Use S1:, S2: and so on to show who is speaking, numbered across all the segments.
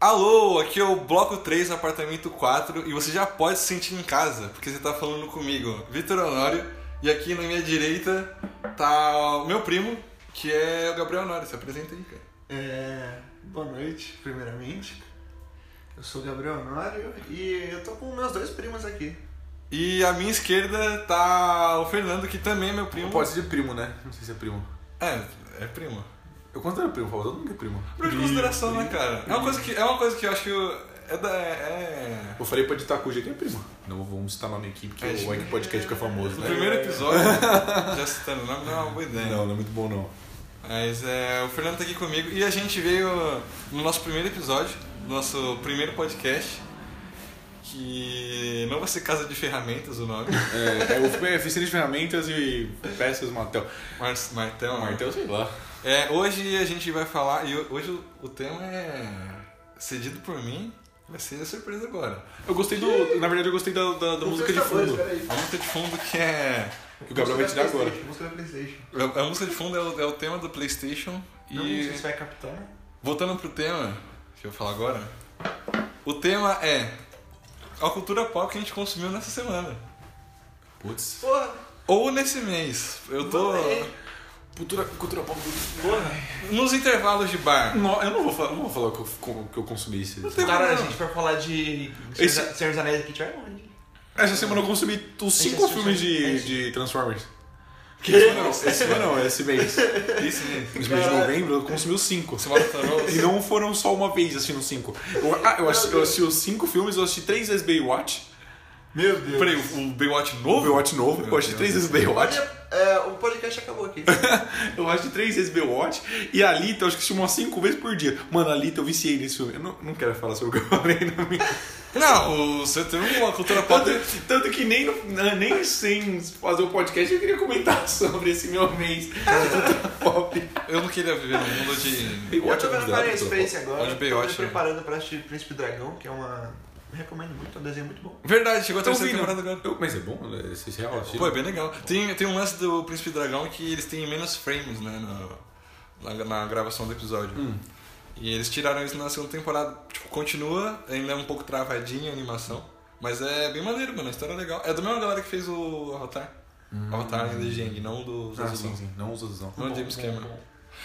S1: Alô, aqui é o Bloco 3, apartamento 4, e você já pode se sentir em casa, porque você tá falando comigo, Vitor Honório, e aqui na minha direita tá o meu primo, que é o Gabriel Honório. Se apresenta aí, cara.
S2: É, boa noite, primeiramente. Eu sou o Gabriel Honório e eu tô com meus dois primos aqui.
S1: E à minha esquerda tá o Fernando, que também é meu primo.
S3: Não pode ser de primo, né? Não sei se é primo.
S1: É, é primo.
S3: Eu considero primo, por favor, todo mundo é primo.
S1: Por de consideração, né, cara? É uma coisa que, é uma coisa que eu acho que eu- é da. É...
S3: Eu falei pra editar cuja que é primo. Não vamos citar nome aqui, porque
S1: É,
S3: o Ike Podcast fica famoso,
S1: No
S3: né?
S1: primeiro episódio, já citando o nome, não é uma boa ideia.
S3: Não, não é muito bom não.
S1: Mas é, o Fernando tá aqui comigo e a gente veio no nosso primeiro episódio, no nosso primeiro podcast, que não vai ser Casa de Ferramentas o nome,
S3: É, é o- é oficina de ferramentas e peças martel.
S1: Mar Martel. né?
S3: Martel, sei lá.
S1: É, hoje a gente vai falar, e ho- hoje o, o tema é cedido por mim, vai ser a surpresa agora.
S3: Eu gostei do. Na verdade, eu gostei da, da, da música de
S2: tá
S3: fundo.
S1: A música de fundo que é...
S3: Que o Gabriel vai te dar agora.
S2: Música da Playstation.
S1: A a música de fundo é o, é o tema do Playstation e...
S2: Não sei se vai né? captar.
S1: Voltando pro tema, que eu vou falar agora, o tema é a cultura pop que a gente consumiu nessa semana.
S3: Putz.
S2: Porra!
S1: Ou nesse mês. Eu tô.
S3: Cultura, cultura pop.
S1: Nos intervalos de bar.
S3: Não, eu não vou falar, não vou falar o que eu, com- que eu consumi esse.
S1: tem-
S2: Cara, a
S1: problema.
S2: gente vai falar de
S3: Esse-
S2: Senhor dos Anéis aqui, a gente vai longe.
S3: Essa semana eu consumi os cinco
S2: assistiu-
S3: filmes
S2: a
S3: de,
S2: gente-
S3: de Transformers.
S2: Que?
S3: Não, esse semana não, esse mês.
S1: Esse mês.
S3: Esse mês de novembro eu consumi os cinco.
S1: Você maratonou?
S3: E não foram só uma vez assistindo os cinco. Eu, ah, eu, assisti, eu assisti os cinco filmes, eu assisti três vezes Baywatch.
S2: Meu Deus.
S1: Peraí, o Baywatch
S3: O
S1: novo?
S3: Baywatch novo, eu assisti três vezes Baywatch.
S2: Olha, é, o podcast acabou aqui.
S3: Eu assisti três vezes Baywatch. E a Alita, eu acho que assisti umas cinco vezes por dia. Mano, a Alita, eu viciei nesse filme. Eu não, não quero falar sobre o que eu falei no meu.
S1: Não, você teve uma cultura pop.
S3: Tanto, tanto que nem, no- nem sem fazer o podcast eu queria comentar sobre esse meu mês. Pop.
S1: Eu não queria viver num mundo de.
S2: Eu
S3: Baywatch
S2: tô
S3: é
S2: vendo
S3: considerado
S2: Mario Space agora.
S1: Olha o
S2: Tô
S1: Baywatch,
S2: me
S1: né?
S2: preparando pra assistir Príncipe Dragão, que é uma... Recomendo muito, é um desenho muito bom.
S1: Verdade, chegou a
S3: Eu
S1: terceira
S3: vi,
S1: temporada agora.
S3: não. Eu- mas é bom, né? Esse esse é real.
S1: Pô, é bem legal. Tem, tem um lance do Príncipe Dragão que eles têm menos frames, né? no- na, na gravação do episódio.
S3: Hum.
S1: E eles tiraram isso na segunda temporada. Tipo, continua, ainda é um pouco travadinho a animação. Mas é bem maneiro, mano. A história é legal. É da mesma galera que fez o Avatar. Avatar ainda de Jeng, não do
S3: Ah,
S1: Zazulon.
S3: sim, sim. é Não usa Zazulon.
S1: Não é James Cameron.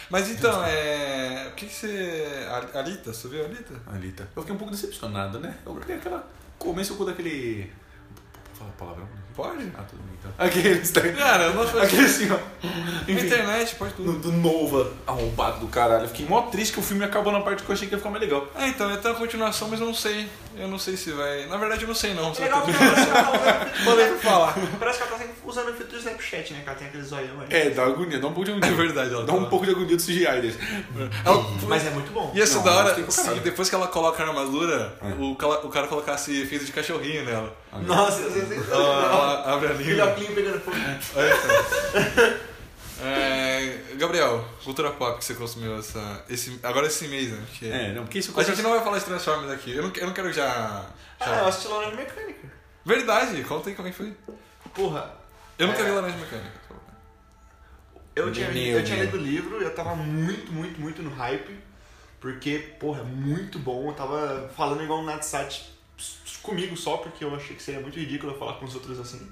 S1: Mas então, é. O que, que você. A- Alita, você viu a Alita?
S3: Alita. Eu fiquei um pouco decepcionado, né? Eu queria aquela. Começo com daquele. Fala palavrão aqui.
S1: Pode?
S3: Ah, tudo bem então. Aquele Instagram.
S1: Cara, eu não
S3: Aquele assim, ó. Enfim.
S1: Internet, pode tudo.
S3: Do, do Nova. Arrombado do caralho. Eu fiquei mó triste que o filme acabou na parte que eu achei que ia ficar mais legal.
S1: É, então, é até a continuação, mas eu não sei. Eu não sei se vai. Na verdade, eu não sei não.
S2: É
S1: só
S2: legal
S1: que
S2: porque
S1: eu-
S2: ela tá
S1: Falei pra falar.
S2: Parece que ela tá sempre usando o filtro do Snapchat, né? Que ela tem aquele zoião ali.
S3: É, dá agonia, dá um pouco de agonia.
S1: É verdade, ela
S3: Dá
S1: tá
S3: um
S1: lá.
S3: pouco de agonia do CGI deles.
S1: Ela-
S2: Mas é muito bom.
S1: Ia ser
S3: Não,
S1: da
S3: eu gostei
S1: hora
S3: pra
S1: se
S3: caralho.
S1: depois que ela coloca a armadura,
S3: É.
S1: o, cala- o cara colocasse efeito de cachorrinho nela.
S2: Nossa, vocês nem
S1: Ela,
S3: Ah,
S1: ela abre a língua.
S2: Filhoquinho pegando fogo.
S3: É.
S1: Olha só. É, Gabriel, cultura pop que você consumiu essa, esse, agora esse mês, né? Porque
S3: É, não, porque isso
S1: a gente não vai falar de Transformers aqui. Eu não, eu não quero já.
S2: Ah,
S1: já-
S2: eu assisti Laranja Mecânica.
S1: Verdade, conta aí como é que foi.
S2: Porra,
S1: Eu nunca
S2: É.
S1: vi Laranja Mecânica.
S2: eu tinha,
S3: Meu,
S2: eu tinha
S3: meu.
S2: lido o livro, eu tava muito, muito, muito no hype. Porque, porra, é muito bom. Eu tava falando igual um Natsat comigo só, porque eu achei que seria muito ridículo eu falar com os outros assim.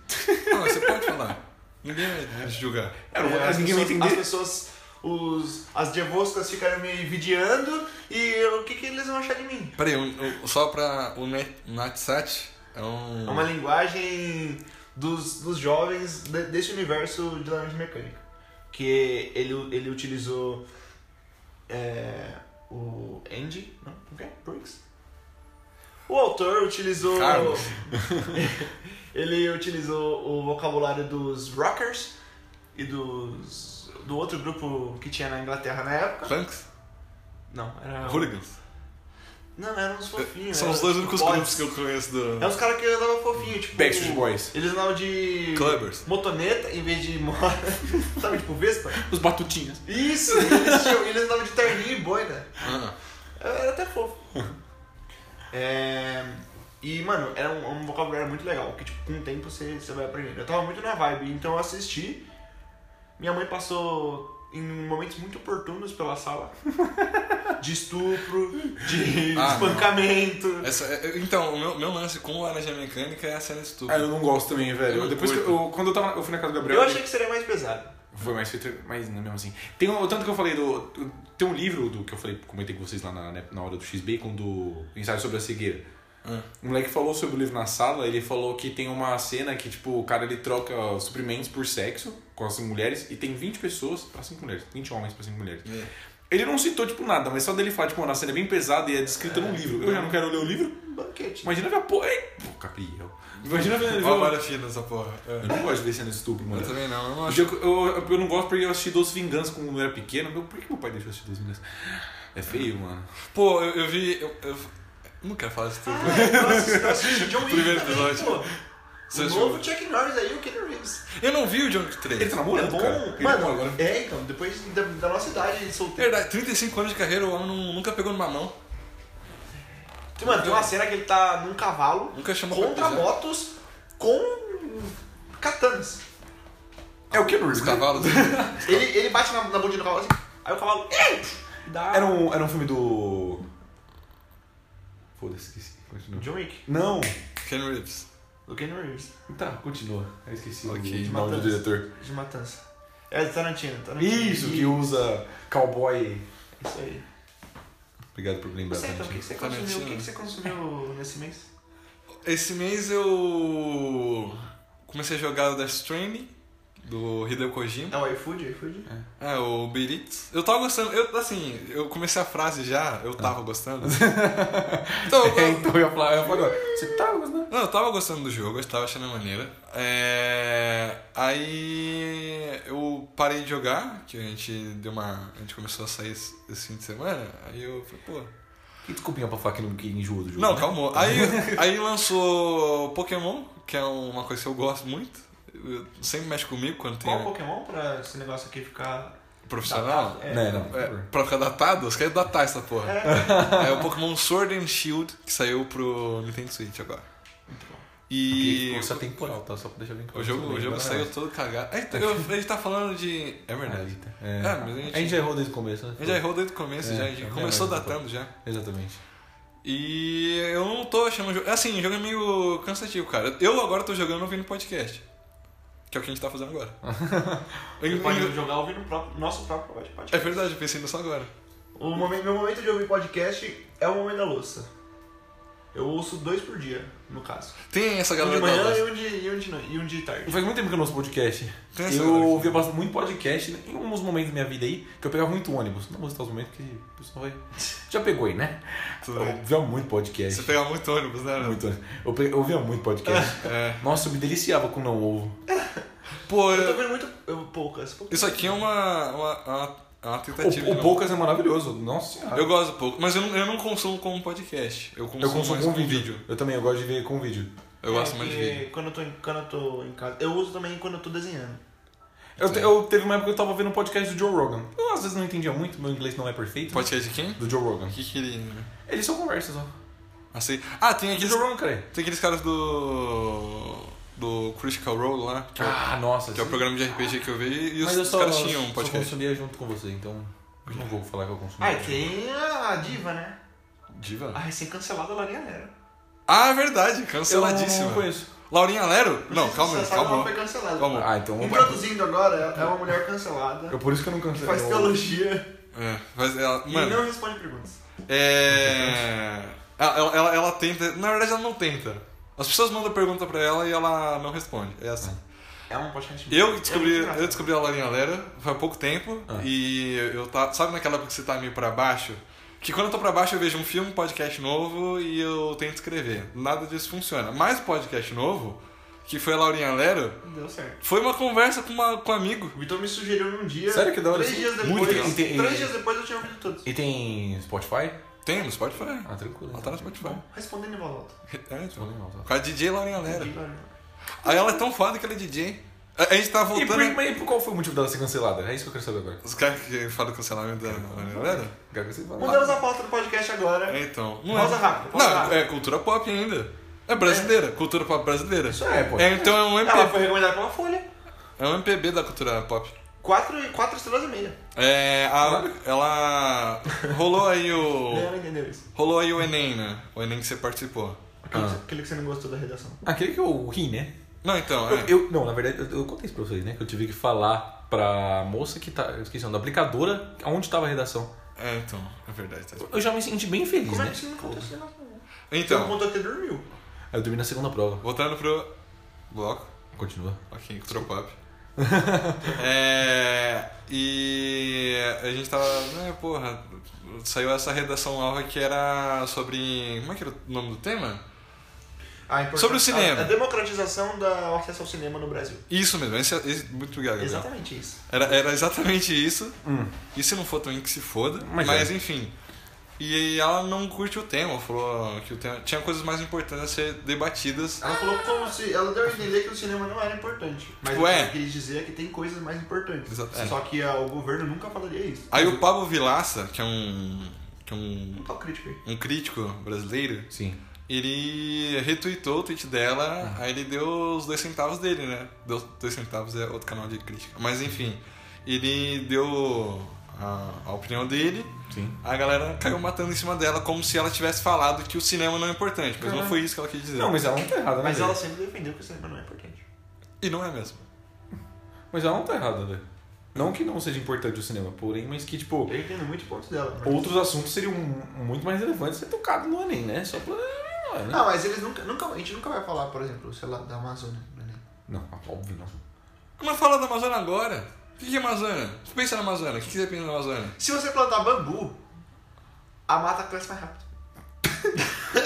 S1: Não, você pode falar. Ninguém vai te julgar.
S3: É, não-
S2: É, as,
S3: ninguém vai
S2: pessoas, as
S3: entender.
S2: pessoas, os, as devoscas ficaram me vigiando e eu- o que, que eles vão achar de mim?
S1: Peraí, um- um- só pra. O Net- Natsat é um.
S2: É uma linguagem dos, dos jovens de- desse universo de Laranja Mecânica. Que ele, ele utilizou é, o Andy, não? Como que é? Brooks? O autor utilizou...
S1: Carlos.
S2: ele utilizou o vocabulário dos rockers e dos... Do outro grupo que tinha na Inglaterra na época.
S1: Punks?
S2: Não, era...
S1: Hooligans?
S2: Não, eram uns fofinhos.
S1: São
S2: eram
S1: os dois únicos
S2: boys.
S1: grupos que eu conheço do.
S2: É os caras que andavam fofinho, tipo...
S3: Backstreet Boys.
S2: Eles andavam de.
S1: Clubbers.
S2: Motoneta em vez de moto. Sabe, tipo Vespa?
S3: Os batutinhas.
S2: Isso! Eles, tinham- eles andavam de terninho e boina.
S1: Ah,
S2: Era até fofo. É, E, mano, era um, um vocabulário muito legal, que tipo, com o tempo você, você vai aprendendo. Eu tava muito na vibe, então eu assisti. Minha mãe passou em momentos muito oportunos pela sala. De estupro, de
S1: Ah, não.
S2: espancamento.
S1: Essa- é- então, o meu, meu lance com o Laranja Mecânica é a cena de estupro.
S3: Ah, eu não gosto também, velho.
S1: Eu
S3: Depois que
S1: curto.
S3: eu, quando eu tava. Eu fui na casa do Gabriel.
S2: Eu achei que seria mais pesado.
S3: Foi mais feito, mas não é mesmo assim. Tem um, o tanto que eu falei do. Tem um livro do que eu falei, comentei com vocês lá na, né, na hora do X-Bacon, do Ensaio sobre a Cegueira.
S1: Ah.
S3: O moleque falou sobre o livro na sala, ele falou que tem uma cena que, tipo, o cara ele troca ó, suprimentos por sexo com as mulheres e tem 20 pessoas pra 5 mulheres, 20 homens pra 5 mulheres.
S1: É.
S3: Ele não citou, tipo, nada, mas só dele falar, tipo, mano, a cena é bem pesada e é descrita num livro. Eu já não quero ler o livro.
S2: Um banquete.
S3: Imagina ver a porra. hein? Pô, Gabriel. Imagina ver.
S1: Ó, vara fina essa porra. É.
S3: Eu não gosto de ver cena de estupro, mano.
S1: Eu também não, eu não
S3: O
S1: acho.
S3: dia que Eu, eu, eu não gosto porque eu assisti Doce Vingança quando eu era pequeno. Meu, por que meu pai deixou eu assistir Doce Vingança? É feio, mano.
S1: Pô, eu, eu vi. Eu, eu, eu não quero falar de estupro.
S2: Ah, nossa, eu assisti John Wick
S1: Primeiro
S2: também,
S1: episódio.
S2: pô.
S1: Você
S2: o
S1: assistiu?
S2: novo Chuck Norris aí, o Keanu Reeves.
S1: Eu não vi o John Wick 3.
S3: Ele tá
S2: É
S3: namorando,
S2: bom.
S3: cara? Ele
S2: Mano,
S3: namora agora.
S2: é, então, depois da, da nossa idade, solteiro.
S1: É Verdade, 35 anos de carreira, o homem não- nunca pegou numa mão.
S2: Tem, mano, tem uma cena que ele tá num cavalo
S1: Nunca chamou
S2: contra
S1: pisar.
S2: motos com katanas.
S3: É o que, Bruce?
S1: Os cavalos.
S2: Ele, ele bate na, na bundinha do cavalo assim, aí o cavalo. "Ei!" Dá.
S3: Era um, era um filme do. Foda-se, esqueci. Continua.
S2: John Wick,
S3: Não!
S1: Ken Reeves.
S2: do Keanu Reeves,
S3: Tá, continua. Eu esqueci
S1: Ok.
S3: o nome do diretor.
S2: de matança. É do Tarantino, Tarantino.
S3: Isso, que usa cowboy.
S2: Isso aí.
S3: Obrigado por lembrar. tá,
S2: Você, então, o que que
S3: gente.
S2: você
S1: Tarantino.
S2: consumiu? O que que você consumiu nesse mês?
S1: Esse mês eu. Comecei a jogar o Death Stranding, do Hideo Kojima.
S2: É o iFood, iFood?
S1: É, o Beritz. Eu tava gostando, eu, assim, eu comecei a frase já, eu tava gostando. então, eu,
S3: É, então eu ia falar, eu ia falar agora. Você tá, mas não.
S1: não, eu tava gostando do jogo, eu tava achando maneira. É, aí eu parei de jogar, que a gente deu uma. A gente começou a sair esse esse fim de semana, aí eu falei, pô.
S3: Que desculpinha pra falar que não que enjoou do jogo.
S1: Não,
S3: né?
S1: calmou. Aí, aí lançou Pokémon, que é uma coisa que eu gosto muito. Eu- sempre mexe comigo quando tem né?
S2: Qual Pokémon pra esse negócio aqui ficar.
S1: profissional.
S2: É.
S3: Né, Não, não.
S1: É, pra ficar datado, os caras datar essa porra. É. o Pokémon Sword and Shield que saiu pro Nintendo Switch agora.
S3: E.
S1: E
S3: Ficou só temporal, tá? Só pra deixar bem claro.
S1: o jogo, o jogo saiu todo cagado. É, então, eu- a gente tá falando de. É verdade.
S3: É,
S1: É, mas a gente-
S3: a gente já errou desde o começo, né?
S1: A gente já errou desde o começo,
S3: É,
S1: já. A gente
S3: é
S1: começou
S3: verdade,
S1: datando já.
S3: Exatamente.
S1: E eu não tô achando o jogo. Assim, o jogo é meio cansativo, cara. Eu agora tô jogando ouvindo podcast. Que é o que a gente tá fazendo agora. Eu-
S2: Ele
S1: eu-
S2: pode jogar ouvindo o próprio- nosso próprio podcast.
S1: é verdade, eu pensei nisso agora.
S2: O momento, meu momento de ouvir podcast é o momento da louça. Eu ouço dois por dia, no caso.
S1: Tem essa
S2: Um
S1: galera
S2: de
S1: da
S2: manhã
S1: Lost.
S2: e um de, e um de, noite, e um de tarde.
S3: Faz muito tempo que eu não ouço podcast.
S1: Tem essa galera
S3: Eu
S1: que-
S3: ouvia bastante- muito podcast né? em alguns momentos da minha vida aí, que eu pegava muito ônibus. Não vou citar os momentos que o pessoal vai. Já pegou aí, né?
S1: Tudo
S3: Eu
S1: bem.
S3: ouvia muito podcast.
S1: Você pega muito ônibus, né? Leandro?
S3: Muito. Eu, pe- eu ouvia muito podcast.
S1: É.
S3: Nossa, eu me deliciava com não ovo.
S1: Pô,
S2: Eu tô
S1: eu-
S2: vendo muito. Eu, poucas, poucas.
S1: isso aqui é uma, uma, uma, uma tentativa.
S3: O, o
S1: de-
S3: Poucas é maravilhoso. Nossa senhora.
S1: tipo Eu gosto do pouco, mas eu não, eu não consumo como podcast. Eu consumo,
S3: Eu consumo
S1: mais
S3: com vídeo. Eu também, eu gosto de ver com vídeo.
S1: Eu gosto mais de
S2: É, porque
S1: vídeo.
S2: Quando eu, tô em, quando eu tô em casa. Eu uso também quando eu tô desenhando.
S3: Eu, te- eu teve uma época que eu tava vendo um podcast do Joe Rogan. Eu às vezes não entendia muito, meu inglês não é perfeito.
S1: Podcast de quem?
S3: Do Joe Rogan.
S1: O que que ele.
S3: Eles só conversam só.
S1: Assim... Ah, tem
S3: Do
S1: aqueles,
S3: Joe Rogan, cara.
S1: tem aqueles caras do. do Critical Role lá, que é, o-
S3: Ah, nossa.
S1: que é o
S3: sim.
S1: programa de RPG que eu vi, e os,
S3: Mas eu
S1: os
S3: só,
S1: caras tinham um
S3: só
S1: podcast.
S3: consumia junto com você, então eu não vou falar que eu consumi.
S2: Ah,
S1: é
S2: e tem a, a diva, né? A
S1: Diva?
S2: recém-cancelada Laurinha Nero.
S1: Ah, é verdade,
S3: Eu não
S1: canceladíssima.
S3: conheço.
S1: Laurinha Lero? Não, calma aí,
S2: Essa Ela
S1: calma.
S2: foi cancelada.
S1: Calma.
S3: Ah, então...
S2: Introduzindo agora, é uma mulher cancelada.
S3: Eu, É por isso que eu não
S2: que
S3: cansei.
S2: Faz teologia
S1: É, mas ela.
S2: e
S1: Mano,
S2: não responde perguntas.
S1: É. Ela, ela- ela- ela tenta. Na verdade, ela não tenta. As pessoas mandam pergunta pra ela e ela não responde. É assim.
S2: É um podcast muito-
S1: Eu descobri,
S2: é muito
S1: eu
S2: engraçado.
S1: descobri a Laurinha Lera foi há pouco tempo
S3: Ah.
S1: e eu tá. Sabe naquela época que você tá meio pra baixo? Que quando eu tô pra baixo eu vejo um filme, um podcast novo e eu tento escrever. Nada disso funciona. Mas o podcast novo, que foi a Laurinha Lera,
S2: Deu certo.
S1: foi uma conversa com, uma, com um amigo.
S2: O Vitor me sugeriu num dia.
S3: Sério que da hora?
S2: Três dias depois.
S1: Muito legal.
S2: Três dias depois eu tinha ouvido todos.
S3: E tem Spotify?
S1: Tem no Spotify.
S3: Ah, tranquilo.
S1: Ela tá no Spotify.
S2: Respondendo em volta.
S1: É, então.
S3: Legal, tá.
S1: Com a DJ Laurinha Lera. Aí ela é tão foda que ela é DJ. A a gente tá
S3: E
S1: voltando.
S3: por, mas por qual foi o motivo dela ser cancelada? É isso que eu quero saber agora.
S1: Os caras que falam cancelamento da da galera?
S3: Quero que você fale.
S2: Mudamos a pauta do podcast agora.
S1: É, então. Não
S2: Pausa
S1: é.
S2: rápida. pausa
S1: Não,
S2: rápida.
S1: é cultura pop ainda. É brasileira, cultura pop brasileira.
S3: Isso é, pô.
S1: É, então é um,
S2: Ela
S1: MPB,
S2: foi recomendada pela Folha.
S1: é um MPB da cultura pop.
S2: Quatro, quatro estrelas e meia.
S1: É, a- ela. Rolou aí o.
S2: Ela entendeu isso.
S1: Rolou aí o Enem, né? O Enem que você participou.
S2: Aquele,
S3: Ah.
S2: que- aquele que você não gostou da redação.
S3: Aquele que eu ri, né?
S1: Não, então,
S3: Eu,
S1: é.
S3: eu- não, na verdade, eu, eu contei isso pra vocês, né? Que eu tive que falar pra moça que tá. Eu esqueci, o nome, da aplicadora, onde tava a redação.
S1: É, então, é verdade. tá.
S3: Eu já me senti bem feliz,
S2: Como é
S3: né?
S2: que você não contou isso? Então. Você não
S1: Então,
S2: contou que dormiu.
S3: Aí eu dormi na segunda prova.
S1: voltando pro bloco.
S3: Continua.
S1: Ok, tropa up. é, e a gente tava. Né, porra, saiu essa redação nova que era sobre. Como é que era o nome do tema?
S2: Ah, importante-
S1: Sobre o cinema.
S2: A, a democratização da o acesso ao cinema no Brasil.
S1: Isso mesmo, esse, é, esse- muito obrigado, Gabriel.
S2: Exatamente isso.
S1: Era, era exatamente isso. E se não for também que se foda. Mas,
S3: Mas
S1: enfim. E ela não curte o tema, falou que o tema. Tinha coisas mais importantes a ser debatidas.
S2: Ela falou como se. Ela deu a entender que o cinema não era importante. Mas
S1: Ué.
S2: o que ela queria dizer é que tem coisas mais importantes.
S1: Exato, é.
S2: Só que ah, o governo nunca falaria isso.
S1: Aí o Pablo Vilaça, que é um. que é um.
S2: Não tá o crítico aí.
S1: um crítico brasileiro,
S3: Sim.
S1: ele retweetou o tweet dela,
S3: Ah.
S1: aí ele deu os dois centavos dele, né? Deu dois centavos é outro canal de crítica. Mas enfim, ele deu a, a opinião dele,
S3: Sim.
S1: a galera caiu matando em cima dela, como se ela tivesse falado que o cinema não é importante, mas não
S2: Caralho.
S1: foi isso que ela quis dizer.
S3: Não, mas ela não tá errada, né?
S2: Mas
S3: velho?
S2: ela sempre defendeu que o cinema não é importante.
S1: E não é mesmo.
S3: Mas ela não tá errada, velho. Não que não seja importante o cinema, porém, mas que, tipo,
S2: Eu entendo muitos pontos dela. mas-
S3: outros assuntos seriam muito mais relevantes ser tocados no Enem, né? Só pra. Não, é, né?
S2: Ah, mas eles nunca, nunca. A gente nunca vai falar, por exemplo, sei lá, da Amazônia. né?
S3: não ah, óbvio não.
S1: Mas fala da Amazônia agora. O que que é Amazônia? Pensa na Amazônia. O que que você pensa na Amazônia?
S2: Se você plantar bambu, a mata cresce mais rápido.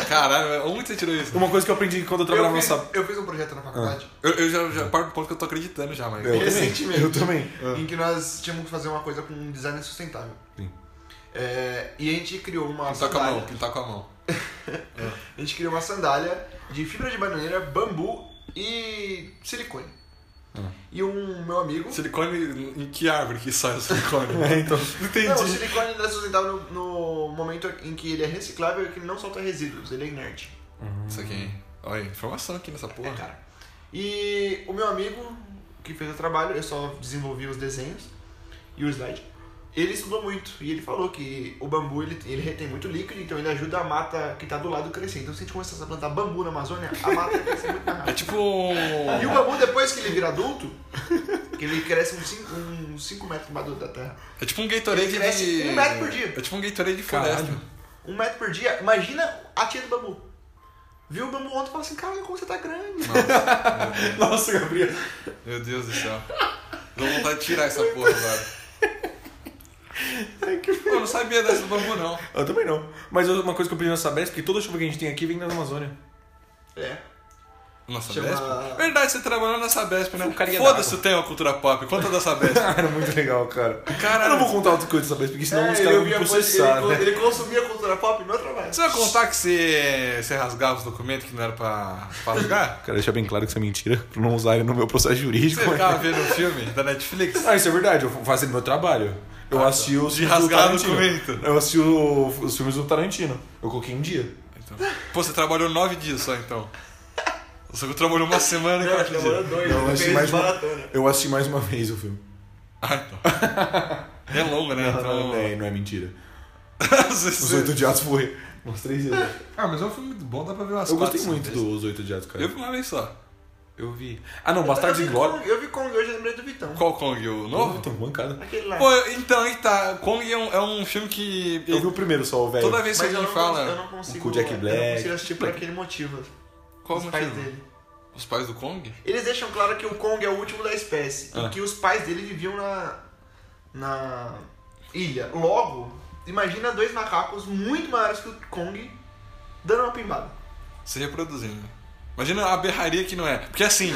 S1: Caralho, onde você tirou isso?
S3: Uma coisa que eu aprendi quando eu trabalhava
S2: eu,
S3: na
S2: fiz,
S3: SAP.
S2: eu fiz um projeto na faculdade.
S1: Eu, eu já, já paro do ponto que eu tô acreditando já, mas.
S3: Eu também.
S2: Recentemente.
S3: Eu também.
S1: Ah.
S2: em que nós tínhamos que fazer uma coisa com um design sustentável.
S3: Sim.
S2: É, e a gente criou uma
S1: Pintar com
S3: é
S1: a mão,
S2: sandália.
S1: pintar com a mão.
S2: A gente criou uma sandália de fibra de bananeira, bambu e silicone.
S1: Ah.
S2: E um meu amigo.
S1: Silicone em que árvore que sai o silicone?
S3: É, então.
S1: Não
S2: Não, o
S1: entendi.
S2: silicone ele é sustentável no, no momento em que ele é reciclável e que ele não solta resíduos, ele é inerte.
S1: Isso aqui. Olha, informação aqui nessa
S2: É,
S1: porra.
S2: cara. E o meu amigo que fez o trabalho, eu só desenvolvi os desenhos e o slide. Ele estudou muito e ele falou que o bambu ele, ele retém muito líquido, então ele ajuda a mata que tá do lado a crescer. Então se a gente começar a plantar bambu na Amazônia, a mata cresce muito mais
S1: É
S2: rápido.
S1: tipo.
S2: E o bambu, depois que ele vira adulto, que ele cresce uns 5 uns cinco metros mais do da terra.
S1: É tipo um Gatorade
S2: Ele cresce
S1: de.
S2: um metro por dia.
S1: É tipo um Gatorade de
S3: Caralho.
S1: floresta.
S2: Um metro por dia, imagina a tia do bambu. Viu o bambu ontem e fala assim, cara, como você tá grande.
S3: Nossa, Gabriel.
S1: Meu Deus do céu. Dá vontade de tirar essa porra agora. Pô, eu não sabia dessa do bambu, não.
S3: Eu também não. Mas eu- uma coisa que eu aprendi na Sabesp é que toda chuva que a gente tem aqui vem da Amazônia.
S2: É.
S1: Nossa,
S2: Chama-
S1: Sabesp? Verdade, você trabalhou na Sabesp, né?
S3: Um carinha
S1: Foda-se o tema cultura pop, conta da Sabesp.
S3: Era muito legal, cara.
S1: Caralho.
S3: Eu não vou contar outra coisa da Sabesp, porque senão
S2: É,
S3: os
S2: ele
S3: caras vão me
S2: ouvia coisa-
S3: processar,
S2: ele,
S3: né?
S2: ele consumia cultura pop no meu trabalho.
S1: Você vai contar que você, você rasgava os documentos que não era pra, pra rasgar?
S3: Cara, deixar bem claro que isso é mentira, pra não usar ele no meu processo jurídico.
S1: Você ficava vendo um filme da Netflix?
S3: Ah, isso é verdade, eu faço meu trabalho. Eu assisti
S1: Ah,
S3: os
S1: De
S3: filmes do
S1: rasgar
S3: Tarantino.
S1: documento.
S3: Eu assisti o- os filmes do Tarantino. Eu coloquei em dia.
S1: Então. Pô, você trabalhou nove dias só então. Você trabalhou uma semana e
S2: Não,
S1: quatro
S2: demorou
S1: dias.
S2: dois,
S3: Não,
S2: ele
S3: assisti
S2: fez
S3: mais uma-
S2: maratona.
S3: Eu assisti mais uma vez o filme.
S1: Ah, então. É longo, né? Então.
S3: Não, é, não é mentira.
S1: Você-
S3: Os Oito Diatos foi. Umas três vezes.
S1: Ah, mas é um filme bom, dá pra ver umas
S3: Eu
S1: quatro,
S3: gostei
S1: cinco
S3: muito
S1: vezes.
S3: dos Oito Diatos, cara.
S1: Eu vi uma vez só.
S3: eu vi. Ah, não, Bastardos
S2: Eu
S3: e
S2: vi
S3: Glória.
S2: Kong- Eu vi Kong hoje, eu lembrei do Vitão.
S1: Qual Kong? O novo?
S3: Puta, mancada.
S2: Aquele lá.
S1: Pô, então, e tá. Kong é um, é um filme que.
S3: Eu vi o primeiro só, o velho.
S1: Toda vez que
S2: Mas eu
S1: alguém
S2: não,
S1: fala.
S2: eu não consigo.
S3: com o Jack
S2: Eu
S3: Black.
S2: não consigo assistir por aquele motivo.
S1: Qual é
S2: os
S1: o
S2: pais
S1: motivo?
S2: dele.
S1: Os pais do Kong?
S2: Eles deixam claro que o Kong é o último da espécie.
S1: Ah.
S2: E que os pais dele viviam na. na ilha. Logo, imagina dois macacos muito maiores que o Kong dando uma pimbada.
S1: se reproduzindo. Imagina a berraria que não é. Porque assim,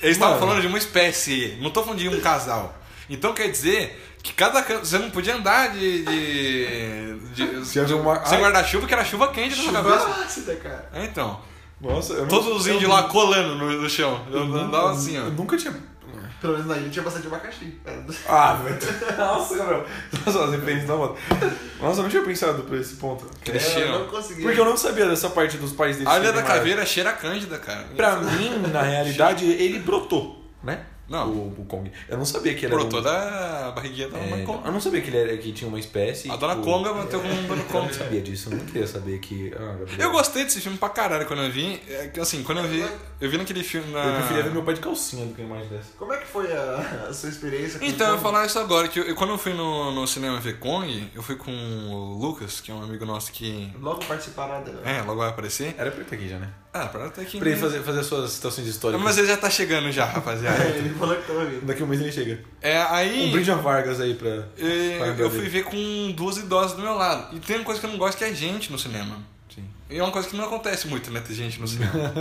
S1: eles estavam
S3: Mano.
S1: falando de uma espécie, não tô falando de um casal. Então quer dizer que cada can- você não podia andar de. de, de-
S3: Se havia uma-
S1: sem
S3: Ai.
S1: guarda-chuva, que era chuva quente na sua cabeça.
S2: Ácida, cara.
S1: É, então.
S3: Nossa, eu não-
S1: Todos os
S3: eu
S1: índios
S3: não-
S1: lá colando no, no chão. Eu
S3: eu
S1: andava
S3: nu-
S1: assim,
S3: Eu
S1: ó.
S3: nunca tinha.
S2: Pelo menos na ilha tinha bastante É, abacaxi.
S3: Ah, velho. Nossa, Gabriel. Nossa, as referências da moda. Nossa, eu não tinha pensado por esse ponto.
S2: Eu não
S1: Cresceram.
S2: consegui.
S3: Porque eu não sabia dessa parte dos pais dele.
S1: A Ilha é da
S3: serem maiores.
S1: Caveira cheira a cândida, cara.
S3: Pra mim, na realidade, ele brotou, né?
S1: Não.
S3: O, o Kong. Eu não sabia que ele era.
S1: Bro,
S3: um-
S1: toda a barriguinha da
S3: é,
S1: Dona Conga.
S3: eu não sabia que ele era, que tinha uma espécie.
S1: A Dona é
S3: tipo,
S1: Conga bateu com o Dona
S3: Eu não
S1: Conga.
S3: sabia disso, eu não queria saber que. Ah, Gabriel.
S1: Eu gostei desse filme pra caralho quando eu vi. É que, Assim, quando eu vi. Eu vi naquele filme na.
S3: Eu preferia ver meu pai de calcinha do que uma imagem dessa.
S2: Como é que foi a, a sua experiência com
S1: Então, eu
S2: o
S1: ia falar isso agora, que eu- eu- quando eu fui no, no cinema ver Kong, eu fui com o Lucas, que é um amigo nosso que.
S2: Logo participará da.
S1: É, logo vai aparecer.
S3: Era pra ele tá aqui já, né?
S1: Ah, para até que.
S3: Pra ele fazer, fazer as suas situações históricas.
S1: Mas ele já tá chegando já, rapaziada.
S2: Ele falou que tava vindo.
S3: Daqui a um mês ele chega.
S1: É,
S3: Um
S1: aí.
S3: brinde a Vargas aí pra.
S1: eh,
S3: Vai,
S1: eu,
S3: Gabi.
S1: fui ver com duas idosas do meu lado. E tem uma coisa que eu não gosto que é gente no cinema.
S3: Sim.
S1: E é uma coisa que não acontece muito, né? Ter gente no cinema.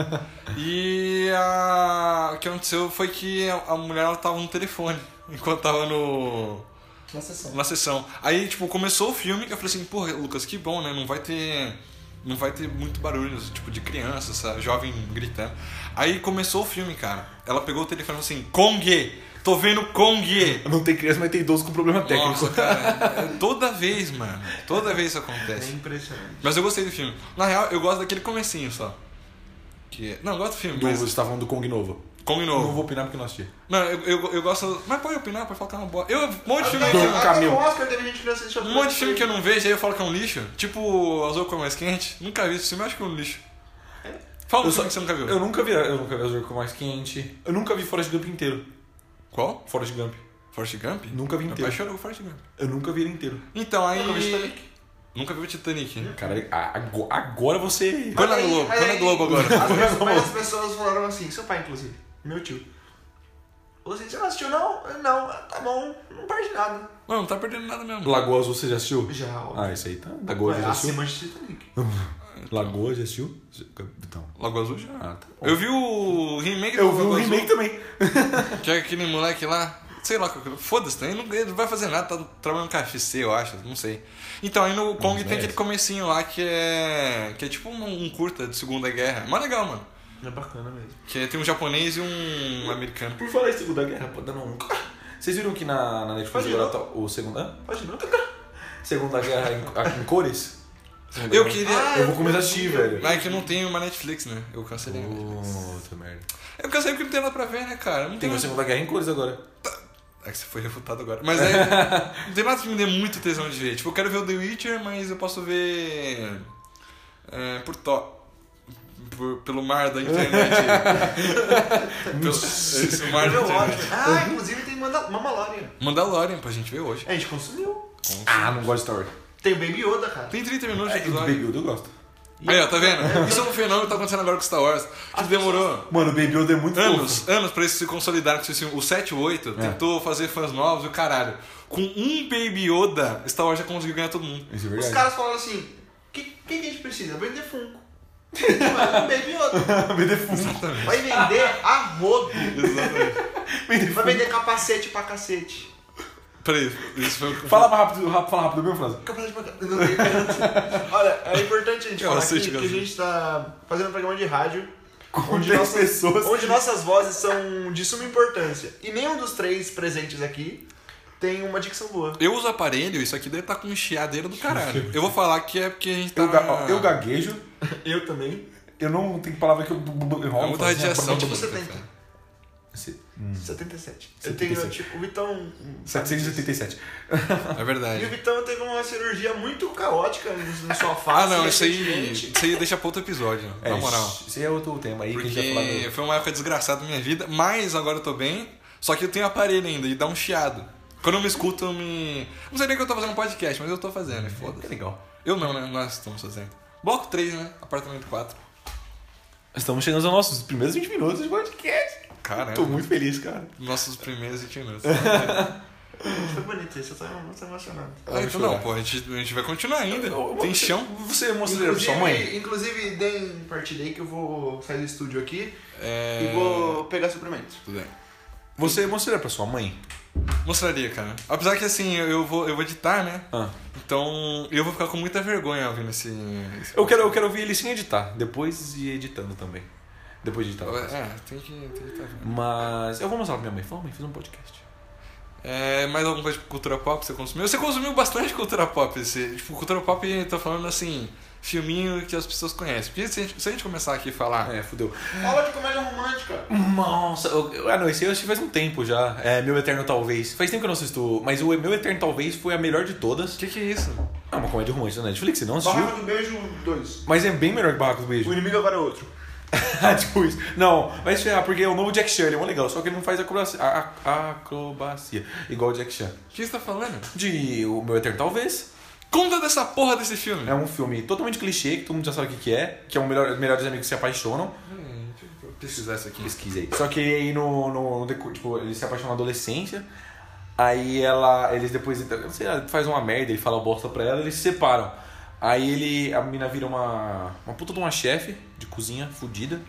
S1: e a... o que aconteceu foi que a, a mulher ela tava no telefone enquanto tava no.
S2: Na sessão.
S1: na sessão. Aí, tipo, começou o filme que eu falei assim, porra, Lucas, que bom, né? Não vai ter. Não vai ter muito barulho, tipo, de criança, essa jovem gritando. Aí começou o filme, cara. Ela pegou o telefone e falou assim, Kong! Tô vendo Kong!
S3: Não tem criança, mas tem idoso com problema técnico.
S1: Nossa, cara. é Toda vez, mano. Toda vez isso
S2: É
S1: acontece.
S2: impressionante.
S1: Mas eu gostei do filme. Na real, eu gosto daquele comecinho só. Que... é, Não, eu gosto do filme,
S3: Do,
S1: mas...
S3: você tá falando do Kong novo.
S1: Kong
S3: Não
S1: novo.
S3: vou opinar porque não assisti.
S1: Não, eu, eu, eu gosto... Mas pode opinar, pode falar que é uma boa... Eu... Um monte de filme
S2: Ah,
S1: que eu-
S2: ah,
S3: Camil.
S2: no Oscar teve gente que não assistiu.
S1: Um monte de filme que eu não vejo, aí eu falo que é um lixo. Tipo, Azul com mais quente. Nunca vi esse filme, eu acho que é um lixo. Fala um filme
S3: Eu só-
S1: que você nunca viu.
S3: Eu nunca vi, eu nunca vi Azul com mais quente. Eu nunca vi Forrest Gump inteiro.
S1: Qual?
S3: Forrest Gump.
S1: Forrest Gump?
S3: Nunca vi
S1: Meu pai
S3: inteiro.
S1: chorou com Forrest Gump.
S3: Eu nunca vi ele inteiro.
S1: Então, aí...
S2: Nunca vi Titanic.
S1: Nunca viu o Titanic.
S3: Caralho, a- ago- agora você.
S1: Quando é
S2: Mas aí-
S1: Globo?
S2: mas
S1: Quando é
S2: aí-
S1: Globo agora?
S2: As pessoas, mas as pessoas falaram assim, seu pai, inclusive, meu tio. Falou assim, você não assistiu não? Eu, Não, Ah, tá bom, não perde nada.
S1: Mano, não tá perdendo nada mesmo.
S3: Lagoa Azul você já assistiu?
S2: Já, ó.
S3: Ah, isso aí tá. Lagoa
S2: Ué,
S3: já assistiu?
S2: acima de Titanic.
S3: Lagoa já assistiu? Então.
S1: Lago Azul já.
S3: Ah, tá. bom.
S1: Eu vi o remake do
S3: Eu vi
S1: Lago
S3: o
S1: Azul,
S3: remake também.
S1: Que é aquele moleque lá... Sei lá, foda-se, né? ele não, ele não vai fazer nada, tá trabalhando com KFC, eu acho, não sei. Então, aí no Kong tem
S3: merece.
S1: aquele comecinho lá que é. que é tipo um, um curta de Segunda Guerra. Mó legal, mano.
S2: É bacana mesmo.
S1: Que tem um japonês e um americano.
S3: Por falar em Segunda Guerra, pô, dando um. Vocês viram que na, na Netflix
S2: Pode ir,
S3: agora
S2: não.
S3: tá o Segunda.
S2: Pode não.
S3: Hã? Segunda Guerra em, aqui em cores? Segunda
S1: Eu
S3: Guerra-
S1: queria.
S2: Ah,
S3: Eu vou começar a assistir, velho.
S1: Mas é Ah! que eu não tenho uma Netflix, né? Eu cancelei. a Netflix.
S3: Puta merda.
S1: Eu cancelei porque não tem nada pra ver, né, cara? Não tem.
S3: Tem uma
S1: nada-
S3: Segunda Guerra em cores agora.
S1: É que você foi refutado agora. Mas é. não tem nada que me dê muito tesão de ver. Tipo, eu quero ver o The Witcher, mas eu posso ver. é, por to. por- pelo mar da internet. pelo, esse mar da
S2: Meu
S1: internet.
S2: ótimo.
S3: Uhum.
S2: Ah, inclusive tem Manda- Mandalorian.
S1: Mandalorian pra gente ver hoje.
S2: A gente consumiu.
S3: Ah, não gosto de Star Wars.
S2: Tem Baby Yoda, cara.
S1: Tem 30 minutos de
S3: É, do
S1: episódio.
S3: Baby Yoda eu gosto.
S1: Aí, ó, tá vendo? Isso é um fenômeno que tá acontecendo agora com Star Wars. Que demorou.
S3: Mano, o Baby Yoda é muito fofo.
S1: anos, anos pra eles se consolidarem com esse filme. O 7 e o
S3: É.
S1: 8 tentou fazer fãs novos e o caralho. Com um Baby Yoda, Star Wars já conseguiu ganhar todo mundo.
S3: Isso é
S2: Os
S3: verdade.
S2: caras falaram assim, o que, que a gente precisa? Vender Funko. Mano, Baby Yoda.
S3: Vender fundo.
S2: Vai vender a rodo.
S1: Exatamente.
S2: Vai vender capacete pra cacete.
S1: Peraí, isso foi um o que
S3: Fala mais rápido, rápido, fala rápido a mesma frase.
S2: Capacete pra cacete. Não tem capacete. Olha, é importante a gente falar
S1: Capacete,
S2: aqui que a
S1: capacete.
S2: gente tá fazendo um programa de rádio
S3: Onde
S2: dez
S3: as pessoas.
S2: onde nossas vozes são de suma importância. E nenhum dos três presentes aqui tem uma dicção boa.
S1: eu uso aparelho, isso aqui deve estar com chiadeira do caralho. Eu vou falar que é porque a gente tá.
S3: Eu, ga- ó, eu gaguejo,
S2: Eu também.
S3: eu não tenho palavra que eu bu- bu- bu- enrolo.
S1: É muita
S3: faço assim, tipo,
S1: radiação.
S3: ó,
S2: Tipo
S1: bom,
S2: 70.
S3: Esse-
S2: 77. Eu tenho,
S3: 77.
S2: tipo, o Vitão.
S3: 787.
S1: É
S2: E o
S1: verdade.
S2: Vitão teve uma cirurgia muito caótica no no sofá.
S1: Ah, não,
S2: assim,
S1: isso aí,
S2: recentemente.
S1: isso aí deixa pra outro episódio, na moral.
S3: isso- Isso aí é outro tema aí que a gente vai falar.
S1: Porque
S3: do-
S1: foi uma época desgraçada da minha vida, mas agora eu tô bem. Só que eu tenho aparelho ainda e dá um chiado. Quando eu me escuto, eu me. Não sei nem que eu tô fazendo podcast, mas eu tô fazendo, é foda.
S3: Que legal.
S1: Eu não, né? Nós estamos fazendo. Bloco 3, né? Apartamento 4.
S3: Estamos chegando aos nossos primeiros 20 minutos de podcast.
S1: Caramba.
S3: Tô muito feliz, cara.
S1: Nossos primeiros Ah, 20 minutos.
S2: Foi bonito isso, eu tava muito emocionado.
S1: ah, então não, pô, a gente, a gente vai continuar ainda. Tem chão.
S3: Você é mostrou pra
S2: Inclusive,
S3: sua mãe?
S2: inclusive, deem partida aí que eu vou sair do estúdio aqui
S1: É...
S2: e vou pegar suplemento.
S1: Tudo bem.
S3: Você mostraria pra sua mãe?
S1: Mostraria, cara. Apesar que assim, eu vou, eu vou editar, né?
S3: Ah.
S1: Então eu vou ficar com muita vergonha ouvindo esse. esse
S3: Eu quero, eu quero ouvir ele sem editar. Depois e editando também. Depois de editar. no caso.
S1: É, tem que, tem que estar vendo.
S3: Mas eu vou mostrar pra minha mãe. Fala, mãe, fiz um podcast.
S1: É, mais alguma coisa de cultura pop que você consumiu? Você consumiu bastante cultura pop. Esse, tipo, cultura pop, tipo, tô falando assim, filminho que as pessoas conhecem. Porque se a gente, se a gente começar aqui a falar.
S3: É, fudeu.
S2: Fala de comédia romântica.
S3: Nossa, eu, eu, ah, não, esse eu assisti faz um tempo já. É, Meu Eterno Talvez. Faz tempo que eu não assisto, mas o Meu Eterno Talvez foi a melhor de
S1: O
S3: todas.
S1: que, que é isso?
S3: É uma comédia romântica na Netflix, você não assistiu?
S2: Barraco do um Beijo 2.
S3: Mas é bem melhor que Barracos do Beijo.
S2: O inimigo agora é outro.
S3: Ah, tipo isso. Não, vai se ferrar, porque o novo Jack Chan ele é mó legal, só que ele não faz acrobacia, a- a- acrobacia igual o Jack Chan.
S1: O que você tá falando?
S3: De O Meu Eterno Talvez.
S1: Conta dessa porra desse filme.
S3: É um filme totalmente clichê, que todo mundo já sabe o que que é, que é um melhor, melhores amigos que se apaixonam.
S1: Hum, deixa eu pesquisar isso aqui.
S3: Pesquisa aí. Só que aí no, no, no decu- tipo, ele se apaixona na adolescência. Aí ela. Eles depois. não Sei lá, faz uma merda, ele fala bosta pra ela, eles se separam. Aí ele. A menina vira uma. Uma puta de uma chefe de cozinha, fudida.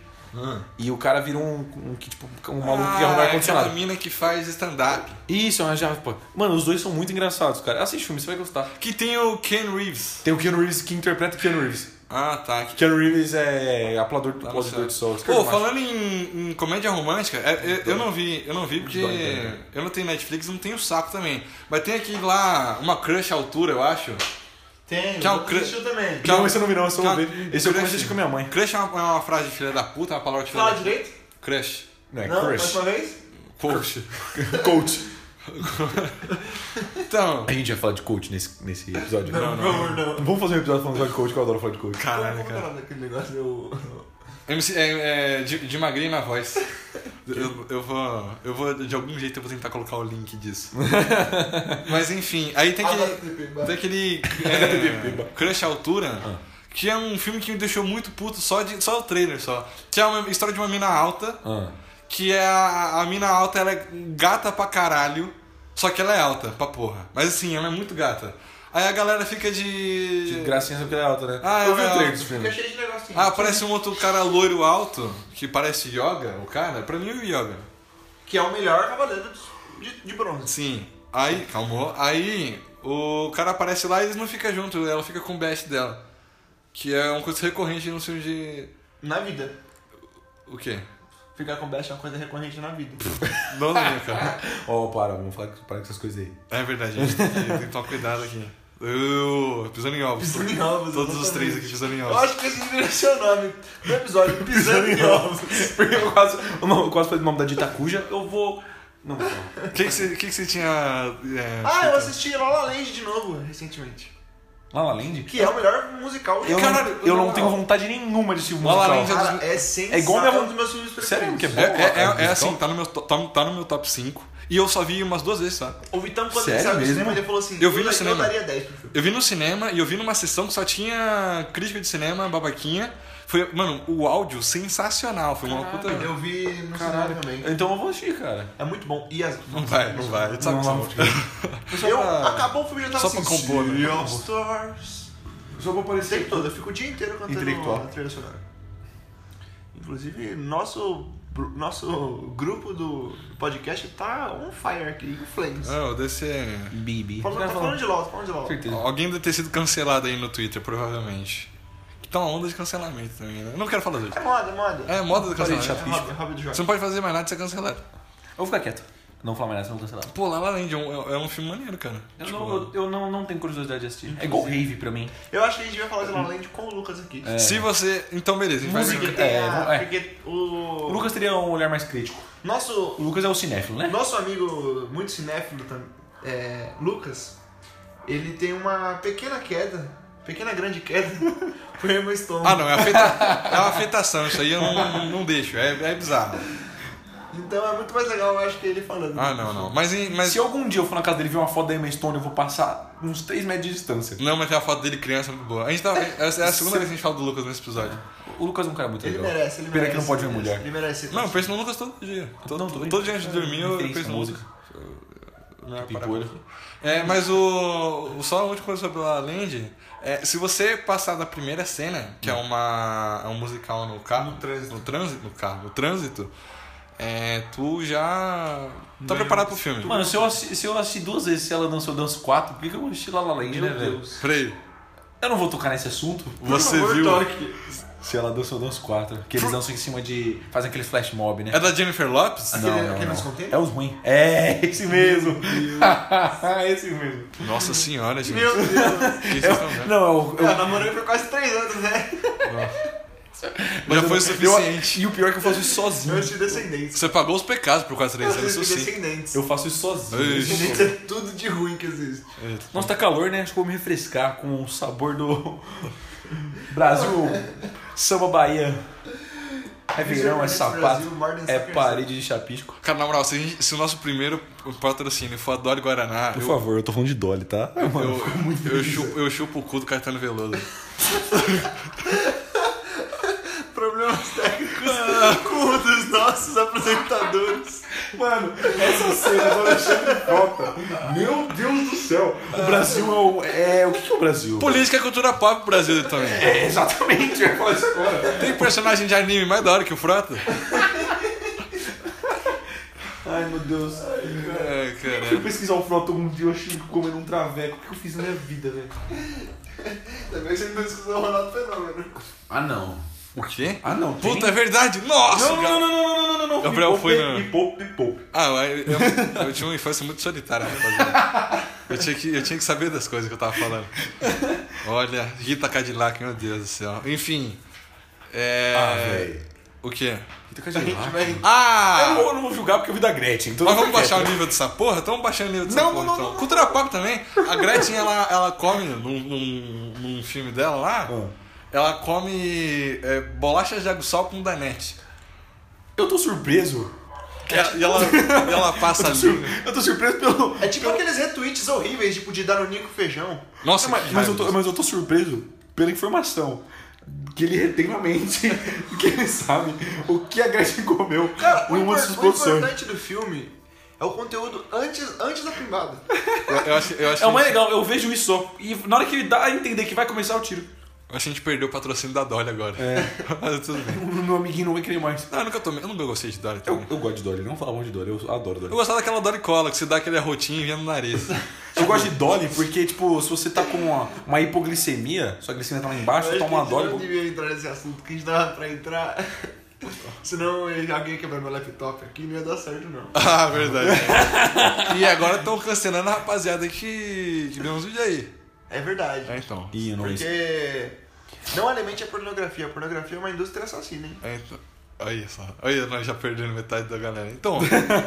S3: E o cara vira um. um que, tipo, um maluco
S1: Ah,
S3: que arruma
S1: aquela
S3: ar-condicionado.
S1: é mina que faz stand-up.
S3: Isso, é uma japa. Mano, os dois são muito engraçados, cara. Assiste o filme, você vai gostar.
S1: Que tem o Ken Reeves.
S3: Tem o Keanu Reeves que interpreta o Keanu Reeves.
S1: Ah, tá. Que...
S3: Keanu Reeves é aplaudor, aplaudidor
S1: Tá certo.
S3: de solos.
S1: Pô, falando em, em comédia romântica, é- é- eu não vi, eu não vi porque
S3: Dói, dói.
S1: eu não tenho Netflix, não tenho saco também. Mas tem aqui lá uma crush à altura, eu acho.
S2: Tem.
S1: Que é o
S2: você
S1: cra-
S2: assistiu também.
S3: Não, esse eu não vi, não, esse eu não
S1: Cara,
S3: vi. Esse eu
S1: crush.
S3: comecei com a minha mãe.
S1: Crush é uma, é uma frase de filha da puta, uma palavra de filha
S2: Fala
S1: da
S2: direito?
S1: Crush.
S3: Não, é
S2: Não? Mais
S3: crush.
S2: uma vez?
S1: Poxa.
S3: Coach.
S1: Então,
S3: A gente vai falar de coach nesse, nesse episódio.
S1: Não,
S2: Por favor, não.
S3: Vamos fazer um episódio falando só de coach, que eu adoro falar de coach.
S1: caralho,
S2: Como que é o
S1: cara.
S2: nome daquele negócio? Eu...
S1: MC, é, é, de, de magrinho na voz. Eu, eu vou, eu vou, de algum jeito, eu vou tentar colocar o link disso. Mas enfim, aí tem aquele, tem aquele é, Crush à Altura, que é um filme que me deixou muito puto só, de, só o trailer só. Que é uma história de uma mina alta,
S3: Ah.
S1: que é a, a mina alta, ela é gata pra caralho, só que ela é alta pra porra. Mas assim, ela é muito gata. Aí a galera fica de...
S3: De gracinha porque ela é alta, né?
S1: Ah,
S3: eu vi
S1: ela é
S3: o trailer
S1: alta.
S3: desse
S2: Fica
S3: filme.
S2: cheio de negocinho.
S1: Ah, aparece um outro cara loiro alto, que parece yoga, o cara. Pra mim é o yoga.
S2: Que é o melhor cavaleiro de, de bronze.
S1: Sim. Aí, calmou. Aí o cara aparece lá e eles não ficam juntos, ela fica com o best dela. Que é uma coisa recorrente no filme de.
S2: Na vida.
S1: O quê?
S2: Ficar com best é uma coisa recorrente na vida.
S1: Não lembro, né, cara.
S3: Ó, para, vamos falar para com essas coisas aí.
S1: É verdade, a gente tem que, tem que tomar cuidado aqui. Eu, pisando em ovos.
S2: Pisando em ovos,
S1: Todos os
S2: exatamente.
S1: três aqui pisando em
S2: Eu
S1: ovos.
S2: acho que esse deveria ser o nome do episódio. Pisando em ovos.
S3: Porque eu quase, eu não- eu quase falei o nome da Dita Cuja, eu vou. Não, vou falar.
S1: O que que você que que você tinha. é,
S2: Ah, eu
S1: feito?
S2: assisti La La Land de novo, recentemente.
S3: La La Land?
S2: Que é o melhor musical.
S3: Eu,
S1: Caralho,
S3: não, eu não
S1: não.
S3: tenho vontade nenhuma de assistir um
S1: La La
S3: musical.
S1: Land
S2: Cara, é sensacional.
S3: É igual minha-
S2: um dos meus filmes preferidos.
S3: Sério que é bom?
S1: É, é,
S3: cara,
S1: é- é
S3: musical?
S1: assim, tá no, meu, to- tá, tá no meu top 5. E eu só vi umas duas vezes, sabe?
S2: O Vitão, quando
S3: Sério
S2: ele saiu do
S3: mesmo?
S2: cinema, ele falou assim:
S1: Eu vi no
S2: daria-
S1: cinema.
S2: Eu daria 10 pro filme.
S1: Eu vi no cinema e eu vi numa sessão que só tinha crítica de cinema, babaquinha. Foi, mano, o áudio sensacional. Foi uma puta.
S2: Eu vi no cinema também.
S3: Então eu vou assistir, cara.
S2: É muito bom. E as...
S1: Não vai, não vai. Tu sabe
S3: Não,
S1: que
S3: não,
S1: você-
S2: Eu,
S3: pra-
S2: Acabou o filme, eu
S1: só
S2: tava assim,
S1: pra compor, né?
S2: Sea of Stars.
S3: Só vou
S2: O tempo todo, eu fico o dia inteiro cantando
S3: Intelectual.
S2: a trilha sonora. Inclusive, nosso, nosso grupo do podcast tá on fire aqui, em flames.
S1: Ah, eu desse é-
S3: Bibi.
S2: Falando, tá falando de LOL, tá falando de LOL.
S3: Certeza.
S1: Alguém deve ter sido cancelado aí no Twitter, provavelmente. Que tá uma onda de cancelamento também, né? Eu não quero falar disso.
S2: É moda, é moda.
S1: É moda do
S3: Parei
S1: cancelamento.
S3: de chato.
S2: É hobby, é hobby do
S1: Você
S2: jogo.
S1: não pode fazer mais nada de ser cancelado.
S3: Eu vou ficar quieto. Não falar mais nada, senão eu vou cancelar.
S1: Pô, La La Land é um, é um filme maneiro, cara.
S3: Eu,
S1: Tipo,
S3: não, eu, eu não, não tenho curiosidade de assistir. É igual Rave pra mim.
S2: Eu acho que a gente vai falar de La La Land com o Lucas aqui.
S3: É.
S1: Se você... Então, beleza. a gente vai-
S2: Porque,
S3: Música.
S2: tem a,
S3: É, é.
S2: porque
S3: O
S2: o
S3: Lucas teria um olhar mais crítico.
S2: nosso
S3: O Lucas é o cinéfilo, né?
S2: Nosso amigo muito cinéfilo tam- é, Lucas, ele tem uma pequena queda, pequena grande queda por Emma Stone.
S1: Ah, não. É, afeta... é uma afetação. Isso aí eu não, não deixo. É, é bizarro.
S2: Então é muito mais legal, eu acho, que ele falando.
S1: Ah, não, não. Mas... em- mas...
S3: Se algum dia eu for na casa dele e ver uma foto da Emma Stone, eu vou passar uns 3 metros de distância.
S1: Não, mas tem a foto dele criança muito boa. A gente tava, é a segunda vez que a gente fala do Lucas nesse episódio.
S3: O Lucas é um cara muito
S2: Ele
S3: legal.
S2: merece, ele merece.
S3: Pena que não pode ver
S2: ele
S3: mulher.
S2: merece, Ele merece.
S1: Não, eu penso no Lucas todo dia. Todo,
S3: Não, tô
S1: todo,
S3: brincando.
S1: dia antes de dormir eu
S3: Referência
S1: penso
S3: à
S1: no Lucas.
S3: música.
S1: Não,
S3: Que
S1: para.
S3: pimpolho.
S1: É, mas o, o- Só uma última coisa sobre La La Land. É, se você passar da primeira cena, que é uma. é um musical no carro.
S2: No trânsito.
S1: No trânsito. No carro, no trânsito, é, tu já. tá preparado pro filme.
S3: Mano, se eu, assi- se eu assisti duas vezes se ela dançou, eu danço quatro, por que que eu vou assistir La La Land, né,
S2: Meu
S3: velho?
S2: Deus.
S1: Frei,
S3: Eu não vou tocar nesse assunto.
S1: você
S2: favor,
S1: viu.
S2: toque.
S3: Se ela dança, eu danço quatro. Que eles dançam em cima de. fazem aquele flash mob, né?
S1: É da Jennifer Lopes?
S3: Não,
S2: Aquele-
S3: não,
S2: aquele
S3: não.
S2: mais contente?
S3: É os ruins. É, esse mesmo. esse mesmo.
S1: Nossa senhora, gente.
S2: Meu Deus.
S1: O que vocês estão vendo?
S3: Não, é o.
S2: Eu namorei por quase 3 anos, né?
S1: Já foi o suficiente.
S3: E o pior é que eu faço isso sozinho.
S2: Antes de descendentes.
S1: Você pagou os pecados por quase três anos, isso sim.
S2: descendentes.
S3: Eu faço isso sozinho.
S1: Ixi.
S2: Descendentes é tudo de ruim que existe.
S3: Nossa, tá calor, né? Acho que eu vou me refrescar com o sabor do Brasil, samba Bahia. É verão, é sapato,
S2: Brasil, Modern
S3: é
S2: Soccer.
S3: parede de chapisco.
S1: Cara, na moral, se, a gente- se o nosso primeiro patrocínio for a Dolly Guaraná,
S3: Por
S1: eu,
S3: favor, eu tô falando de Dolly, tá? Mano,
S1: eu, eu, chupo, eu chupo o cu do Caetano Veloso.
S2: Problemas técnicos com um dos nossos apresentadores.
S3: mano essa cena do Alexandre Frota. Meu Deus do céu. O Brasil é o... É, o que que é o Brasil?
S1: Política e cultura pop pro Brasil também.
S3: É, exatamente, eu ia falar isso agora.
S1: Tem personagem de anime mais da hora que o Frota?
S3: Ai, meu Deus.
S1: É,
S3: Eu fui
S1: caralho.
S3: pesquisar o Frota um dia, eu achei que comendo um traveco. O que eu fiz na minha vida, velho?
S2: Também você não escutou o Ronaldo Fenômeno.
S3: Ah, não.
S1: O quê?
S3: Ah, não.
S1: Puta, é verdade! Nossa!
S3: Não,
S1: cara.
S3: não, não, não, não, não, não, não.
S1: Gabriel
S3: Me
S1: foi
S3: poupe,
S1: na-
S3: Me poupe, me poupe.
S1: Ah, mas eu, eu- eu tinha uma infância muito solitária, rapaziada. Eu tinha, que, eu tinha que saber das coisas que eu tava falando. Olha, Rita Cadillac, meu Deus do céu. Enfim. É.
S3: Ah,
S1: o quê?
S2: A gente vai
S1: Ah!
S3: Eu não vou julgar porque eu vi da Gretchen. Então
S1: Mas vamos baixar o nível dessa porra? Então vamos baixar o nível dessa
S3: Não,
S1: porra.
S3: não,
S1: então.
S3: não, não.
S1: Cultura pop também. A Gretchen, ela, ela come num, num, num filme dela lá.
S3: Ah.
S1: Ela come é, bolachas de aguçal com danete.
S3: Eu tô surpreso.
S1: E ela, é, e ela- e ela passa
S3: Eu tô,
S1: ali.
S3: sur- eu tô surpreso pelo.
S2: É tipo aqueles retweets horríveis, tipo de Daronico Feijão.
S1: Nossa,
S3: Mas,
S1: que
S3: mas
S1: raiva
S3: eu tô,
S1: disso.
S3: mas eu tô surpreso pela informação que ele retém na mente, que ele sabe o que a Gretchen comeu
S2: Cara, o,
S3: em uma
S2: impor-
S3: dessas
S2: o
S3: produções.
S2: importante do filme é o conteúdo antes, antes da pimbada.
S1: Eu, eu acho, eu acho
S3: É o mais legal, eu vejo isso só. E na hora que ele dá a entender que vai começar, eu tiro.
S1: Eu acho que a gente perdeu o patrocínio da Dolly agora.
S3: É.
S1: Mas tudo bem.
S3: O meu amiguinho não vai querer mais.
S1: Não, eu nunca tomei. Eu nunca gostei de Dolly
S3: Eu,
S1: também.
S3: eu gosto de Dolly, não fala mal de Dolly, eu adoro Dolly.
S1: Eu gostava daquela Dolly Cola, que você dá aquele arrotinho e vinha no nariz.
S3: Eu gosto de Dolly porque, tipo, se você tá com uma, uma hipoglicemia, sua glicemia tá lá embaixo, você
S2: Eu acho que
S3: toma
S2: a
S3: uma
S2: gente não
S3: Dolly.
S2: devia entrar nesse assunto, que a gente dava pra entrar. Senão eh, alguém ia quebrar meu laptop aqui não ia dar certo, não.
S1: ah, verdade. e agora estão cancelando a rapaziada que, que deu uns vídeos aí.
S2: É verdade.
S1: É, então.
S3: Ih, eu não vi.
S2: Porque não alimente a pornografia. A pornografia é uma indústria assassina, hein?
S1: É, então. Olha só. Olha, nós já perdemos metade da galera. Então,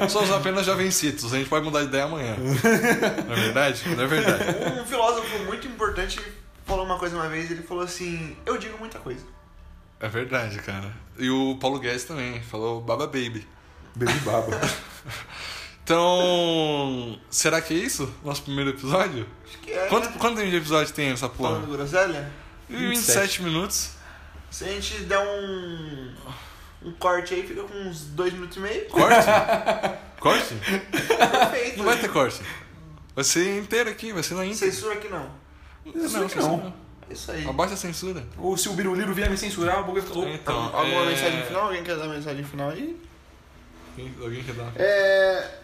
S1: somos apenas jovencitos. A gente pode mudar de ideia amanhã. Não é verdade? Não é verdade.
S2: Um filósofo muito importante falou uma coisa uma vez, ele falou assim, eu digo muita coisa.
S1: É verdade, cara. E o Paulo Guedes também falou Baba Baby.
S3: Baby baba.
S1: Então, será que é isso? Nosso primeiro episódio?
S2: Acho que é.
S1: Quanto,
S2: né?
S1: quanto tempo de episódio tem essa
S2: Falando
S1: porra?
S2: groselha?
S3: Então,
S1: 27 minutos.
S2: Se a gente der um. um corte aí, fica com uns dois minutos e meio.
S1: Corte? corte?
S2: Perfeito.
S1: Não vai ter corte. Vai ser inteiro aqui, vai ser na íntegra.
S2: Censura que não.
S3: Não, não.
S2: É Isso aí.
S1: Abaixa a censura.
S3: Ou se o Biruliro vier me censurar, a boca fica louca.
S1: Então,
S2: Alguma
S1: é...
S2: mensagem final? Alguém quer dar mensagem final aí?
S1: Alguém- Alguém quer dar?
S2: É.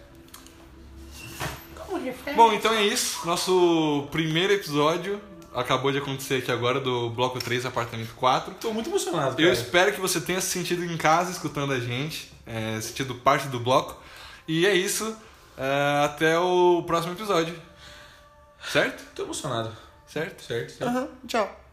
S1: Bom, então é isso. Nosso primeiro episódio acabou de acontecer aqui agora do Bloco 3, Apartamento 4.
S3: Tô muito emocionado, cara.
S1: Eu espero que você tenha se sentido em casa escutando a gente, é, sentido parte do bloco. E é isso. É, até o próximo episódio. Certo?
S3: Tô emocionado.
S1: Certo?
S3: Certo? certo.
S1: Tá
S2: Aham, tchau.